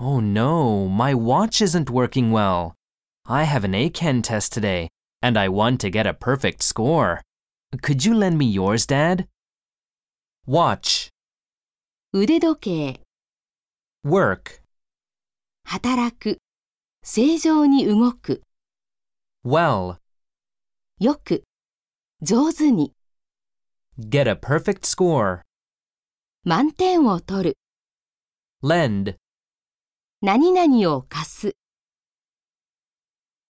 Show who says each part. Speaker 1: Oh no, my watch isn't working well. I have an ACAN test today, and I want to get a perfect score. Could you lend me yours, Dad? Watch,
Speaker 2: 腕時計、
Speaker 1: work,
Speaker 2: 働く、正常に動く、
Speaker 1: well,
Speaker 2: よく、上手に、
Speaker 1: get a perfect score,
Speaker 2: 満点を取る、
Speaker 1: lend,
Speaker 2: 何々を貸す、